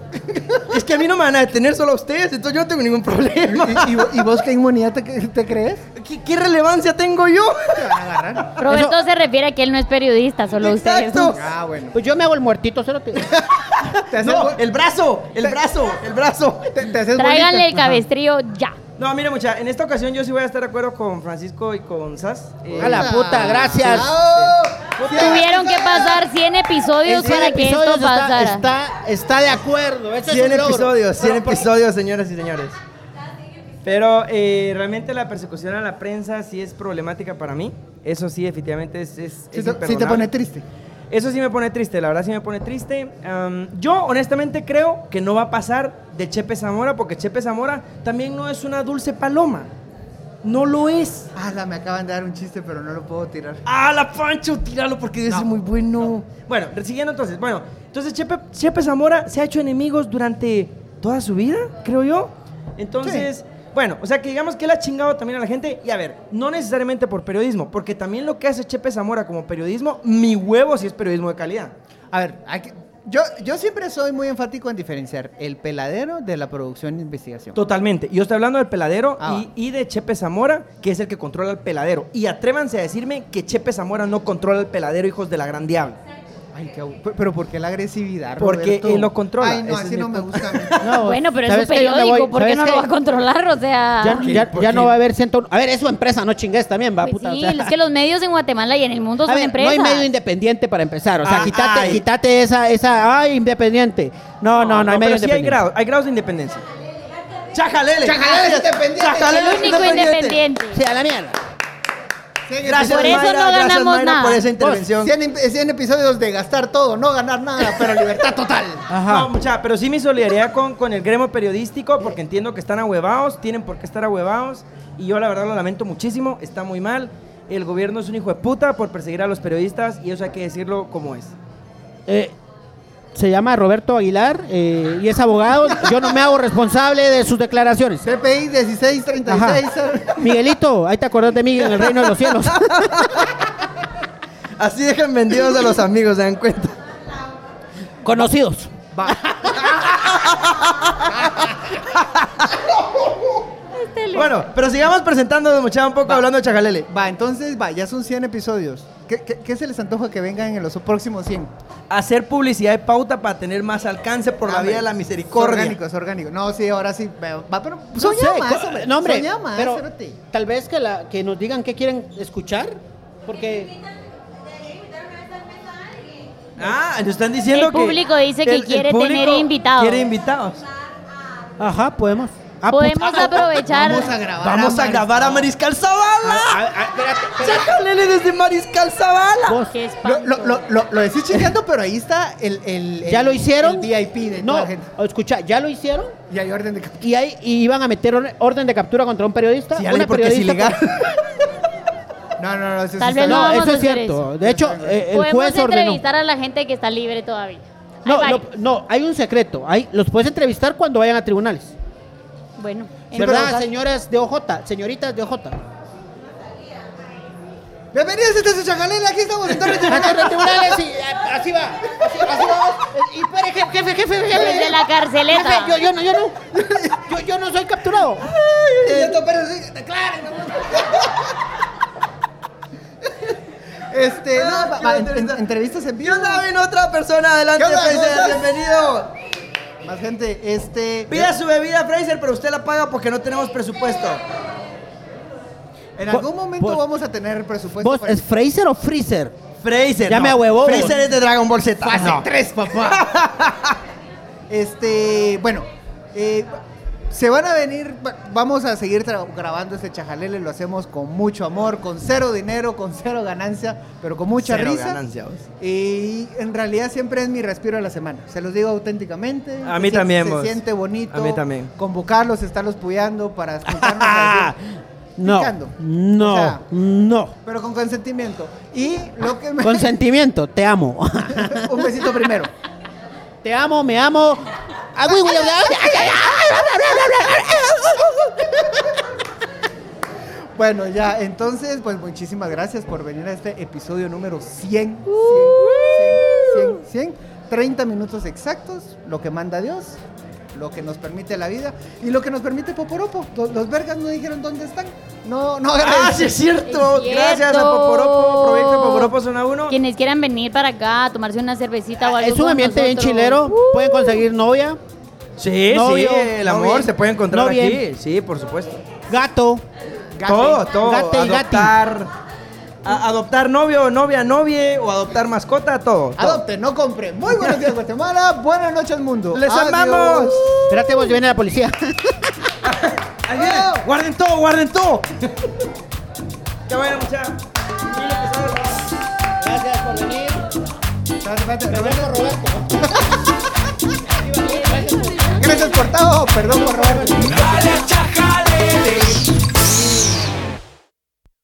Speaker 3: Es que a mí no me van a detener solo a ustedes, entonces yo no tengo ningún problema.
Speaker 1: ¿Y, y vo- y vos qué inmunidad te, te crees?
Speaker 3: ¿Qué, qué relevancia tengo yo?
Speaker 1: Te van a agarrar.
Speaker 4: Roberto se refiere a que él no es periodista, solo ustedes.
Speaker 3: Exacto.
Speaker 1: Ah, bueno.
Speaker 5: Pues yo me hago el muertito, cerote.
Speaker 1: Te haces,
Speaker 3: No,
Speaker 1: bo-
Speaker 3: el brazo, el brazo, el brazo.
Speaker 1: te- te haces
Speaker 4: Tráiganle el
Speaker 1: bolita.
Speaker 4: cabestrío ya.
Speaker 3: No, mire mucha, en esta ocasión yo sí voy a estar de acuerdo con Francisco y con Sas. Eh,
Speaker 5: A la puta, gracias.
Speaker 1: ¡Bravo!
Speaker 4: Tuvieron que pasar 100 episodios
Speaker 5: En cien
Speaker 4: para que esto
Speaker 5: episodios está-
Speaker 4: pasara.
Speaker 5: Está, está de acuerdo. Eso
Speaker 3: 100
Speaker 5: es un logro.
Speaker 3: episodios, 100
Speaker 5: Pero, pero,
Speaker 3: episodios, señoras y señores. Pero eh, realmente la persecución a la prensa sí es problemática para mí. Eso sí, definitivamente es, es,
Speaker 1: Sí, te- sí
Speaker 3: es
Speaker 1: te
Speaker 3: imperdonable.
Speaker 1: pone triste.
Speaker 3: Eso sí me pone triste, la verdad sí me pone triste. Am, yo honestamente creo que no va a pasar de Chepe Zamora porque Chepe Zamora también no es una dulce paloma. No lo es.
Speaker 1: Ah, la me acaban de dar un chiste, pero no lo puedo tirar.
Speaker 3: ¡Ah, la Pancho! Tíralo porque debe
Speaker 1: No,
Speaker 3: ser muy bueno. Bueno, siguiendo entonces. Bueno, entonces Chepe, Chepe Zamora se ha hecho enemigos durante toda su vida, creo yo. Entonces, bueno, o sea que digamos que él ha chingado también a la gente. Y a ver, no necesariamente por periodismo, porque también lo que hace Chepe Zamora como periodismo, mi huevo si es periodismo de calidad.
Speaker 1: A ver, hay que- yo, yo siempre soy muy enfático en diferenciar el peladero de la producción de investigación.
Speaker 3: Totalmente. Yo estoy hablando del peladero
Speaker 1: Ah,
Speaker 3: y, y de Chepe Zamora, que es el que controla el peladero. Y atrévanse a decirme que Chepe Zamora no controla el peladero, hijos de la gran diabla.
Speaker 1: Ay, qué abu- pe- pero ¿por qué la agresividad?
Speaker 3: Porque
Speaker 1: Roberto?
Speaker 3: él lo controla,
Speaker 1: Ay, no,
Speaker 3: ese es
Speaker 1: así
Speaker 3: mi
Speaker 1: no me
Speaker 3: punto.
Speaker 1: gusta. a mí.
Speaker 5: no,
Speaker 4: Bueno, pero es un
Speaker 5: ¿sabes qué? Yo me voy-
Speaker 4: periódico, ¿por qué
Speaker 5: ¿sabes
Speaker 4: no lo
Speaker 5: qué?
Speaker 4: va a controlar? O sea,
Speaker 5: Ya, ya-
Speaker 3: ¿Por
Speaker 5: ya
Speaker 3: qué?
Speaker 5: no va a haber ciento... A ver, es su empresa, no chingues también, va,
Speaker 4: pues
Speaker 5: puta. o
Speaker 4: sí,
Speaker 5: sea.
Speaker 4: es que los medios en Guatemala y en el mundo
Speaker 5: A
Speaker 4: son
Speaker 5: ver, no
Speaker 4: empresas.
Speaker 5: hay medio independiente para empezar. O sea,
Speaker 3: Ah,
Speaker 5: quítate,
Speaker 3: ay.
Speaker 5: quítate esa, esa. Ay, independiente. No, no, no, hay medio
Speaker 3: pero sí hay
Speaker 5: independiente.
Speaker 3: grados, hay grados de independencia. ¡Chajalele!
Speaker 1: Chajalele es independiente.
Speaker 4: el
Speaker 3: ¡Chajalele es
Speaker 4: único independiente.
Speaker 5: Sí, a la mierda.
Speaker 1: Cien
Speaker 3: Gracias,
Speaker 4: Por eso
Speaker 3: Mayra,
Speaker 4: no
Speaker 3: gracias,
Speaker 4: ganamos
Speaker 3: Mayra,
Speaker 4: nada.
Speaker 3: por esa intervención.
Speaker 1: episodios- cien em- cien episodios de gastar todo, no ganar nada, pero libertad total.
Speaker 5: Ajá.
Speaker 3: No, mucha, pero sí mi solidaridad con, con el gremio periodístico, porque entiendo que están ahuevados, tienen por qué estar ahuevados, y yo la verdad lo lamento muchísimo, está muy mal. El gobierno es un hijo de puta por perseguir a los periodistas, y eso hay que decirlo como es.
Speaker 5: Eh, se llama Roberto Aguilar eh, y es abogado. Yo no me hago responsable de sus declaraciones.
Speaker 1: CPI 1636.
Speaker 5: Ajá. Miguelito, ahí te acordás de mí en el reino de los cielos.
Speaker 3: Así dejan vendidos a los amigos, ¿se dan cuenta?
Speaker 5: Conocidos.
Speaker 3: Bueno, pero sigamos presentándonos, mucha, un poco hablando de Chajalele.
Speaker 1: Va, entonces, va, ya son 100 episodios. ¿Qué, qué- qué se les antoja que vengan en los próximos 100?
Speaker 3: Hacer publicidad de pauta para tener más alcance por la
Speaker 1: Hombre,
Speaker 3: vía de la
Speaker 1: Es
Speaker 3: misericordia.
Speaker 1: orgánico, es orgánico. No, sí, ahora sí. pero- Va, pero
Speaker 5: No
Speaker 1: soñá
Speaker 5: sé,
Speaker 1: más,
Speaker 5: co-
Speaker 1: hombre,
Speaker 5: no, hombre,
Speaker 1: soñá más,
Speaker 5: pero
Speaker 1: espérate.
Speaker 5: tal vez que, la, que nos digan qué quieren escuchar, porque
Speaker 3: Ah, nos están diciendo
Speaker 4: El
Speaker 3: que...
Speaker 4: público dice que quiere tener
Speaker 3: público
Speaker 4: invitados.
Speaker 3: Quiere invitados.
Speaker 5: ajá, podemos. Ah,
Speaker 4: Podemos
Speaker 5: puta.
Speaker 4: aprovechar.
Speaker 1: Vamos a grabar.
Speaker 3: Vamos a
Speaker 1: Mariscal.
Speaker 3: grabar a Mariscal Zavala. Sácalele desde Mariscal Zavala.
Speaker 5: Vos,
Speaker 4: Qué
Speaker 1: Lo,
Speaker 4: espanto.
Speaker 1: lo, lo, lo, lo decís chingando, pero ahí está el, el, el-
Speaker 5: ¿Ya lo hicieron?
Speaker 1: El VIP de
Speaker 5: no,
Speaker 1: toda la gente.
Speaker 5: escucha, ¿ya lo hicieron?
Speaker 1: Y hay orden de captura.
Speaker 5: Y ahí y iban a meter or- orden de captura contra un periodista.
Speaker 3: Sí,
Speaker 5: una
Speaker 3: Ale, porque es
Speaker 5: periodista
Speaker 3: ilegal.
Speaker 1: No, no, no. eso sí
Speaker 4: Tal
Speaker 1: está-
Speaker 4: vez
Speaker 5: No,
Speaker 4: No vamos
Speaker 5: eso
Speaker 4: a
Speaker 5: es
Speaker 4: hacer
Speaker 5: cierto.
Speaker 4: eso.
Speaker 5: De hecho, eh, el
Speaker 4: Podemos
Speaker 5: juez ordenó.
Speaker 4: entrevistar a la gente que está libre todavía. Hay
Speaker 5: No,
Speaker 4: varios.
Speaker 5: lo- no, hay un secreto. Hay, los puedes entrevistar cuando vayan a tribunales.
Speaker 4: Bueno,
Speaker 5: ¿Verdad,
Speaker 4: entonces-
Speaker 5: señoras de OJ? Señoritas de OJ.
Speaker 1: Bienvenidos a este su chajalera, aquí estamos en Torre Tribunal.
Speaker 5: Ante los tribunales y, eh, así va. Así, así va. Y espere, jefe, jefe, jefe, jefe.
Speaker 4: Desde la carceleta.
Speaker 5: Jefe, yo, yo no, yo no. Yo, yo no soy capturado.
Speaker 1: Beto Pérez, sí, declaren, amor. Este, no,
Speaker 3: Ah,
Speaker 1: va-
Speaker 3: qué
Speaker 1: va,
Speaker 3: interesante.
Speaker 1: en- entrevistas en
Speaker 3: ¿Qué
Speaker 1: vivo.
Speaker 3: onda? Vino otra persona adelante.
Speaker 1: ¿Qué onda?
Speaker 3: pues,
Speaker 1: ¿Cómo estás?
Speaker 3: Bienvenido.
Speaker 1: Más gente, este.
Speaker 3: Pida su bebida, Fraser, pero usted la paga porque no tenemos presupuesto.
Speaker 1: En algún
Speaker 5: Vos-
Speaker 1: momento
Speaker 5: vos-
Speaker 1: vamos a tener presupuesto.
Speaker 5: ¿Vos
Speaker 1: para-
Speaker 5: es Fraser o Freezer?
Speaker 3: Fraser.
Speaker 5: Ya
Speaker 3: no.
Speaker 5: me ahuevó,
Speaker 3: Fraser
Speaker 5: vos.
Speaker 3: es de Dragon Ball Z. Ah,
Speaker 1: Fase
Speaker 3: no.
Speaker 1: 3, papá. este, bueno, eh, se van a venir, va- vamos a seguir tra- grabando este chajalele, lo hacemos con mucho amor, con cero dinero, con cero ganancia, pero con mucha
Speaker 3: Cero
Speaker 1: risa.
Speaker 3: ganancia, vos.
Speaker 1: Y en realidad siempre es mi respiro de la semana, se los digo auténticamente.
Speaker 3: A
Speaker 1: Se
Speaker 3: mí
Speaker 1: siente-
Speaker 3: también,
Speaker 1: Se
Speaker 3: vos.
Speaker 1: siente bonito.
Speaker 3: A mí también.
Speaker 1: Convocarlos, estarlos puyando para escucharnos. ahí,
Speaker 5: No.
Speaker 1: picando.
Speaker 5: No.
Speaker 1: O sea,
Speaker 5: no.
Speaker 1: pero con consentimiento. Y lo que me...
Speaker 5: Consentimiento, te amo.
Speaker 1: Un besito primero.
Speaker 5: te amo, me amo. Ah, güey, güey, bla, bla, bla.
Speaker 1: Bueno, ya, entonces, pues muchísimas gracias por venir a este episodio número 100.
Speaker 3: Uh,
Speaker 1: 100, 100, 100, 100. 30 minutos exactos, lo que manda Dios, lo que nos permite la vida y lo que nos permite Poporopo. Lo- Los, vergas no dijeron dónde están. No, no,
Speaker 3: Ah,
Speaker 1: agradecen.
Speaker 3: sí es cierto.
Speaker 4: Es
Speaker 3: Gracias a
Speaker 4: cierto.
Speaker 3: Poporopo, Proyecto Poporopo Zona 1.
Speaker 4: Quienes quieran venir para acá a tomarse una cervecita o algo
Speaker 5: Ah, Es un
Speaker 4: con
Speaker 5: ambiente bien
Speaker 4: nosotros.
Speaker 5: chilero. Pueden conseguir novia,
Speaker 3: Sí,
Speaker 5: Novio,
Speaker 3: sí, el amor
Speaker 5: novio.
Speaker 3: se puede encontrar
Speaker 5: Novio.
Speaker 3: aquí. Sí, por supuesto.
Speaker 5: gato.
Speaker 1: Gato.
Speaker 3: Todo, todo.
Speaker 5: Gate y gati.
Speaker 3: adoptar, a- adoptar novio, novia, novie o adoptar mascota, todo. todo.
Speaker 1: Adopte, no compre. Muy buenos días, Guatemala. Buenas noches, mundo.
Speaker 3: ¡Les
Speaker 1: Adiós.
Speaker 3: amamos!
Speaker 5: Espérate, vos, viene la policía.
Speaker 3: Ahí viene.
Speaker 1: ¡Oh!
Speaker 3: Guarden todo, guarden todo. ya vayan, muchachos.
Speaker 5: Gracias por venir.
Speaker 1: Espérate, espérate, Roberto.
Speaker 5: Roberto.
Speaker 1: Gracias por todo. Perdón por Roberto.
Speaker 6: Dale a Chajalele,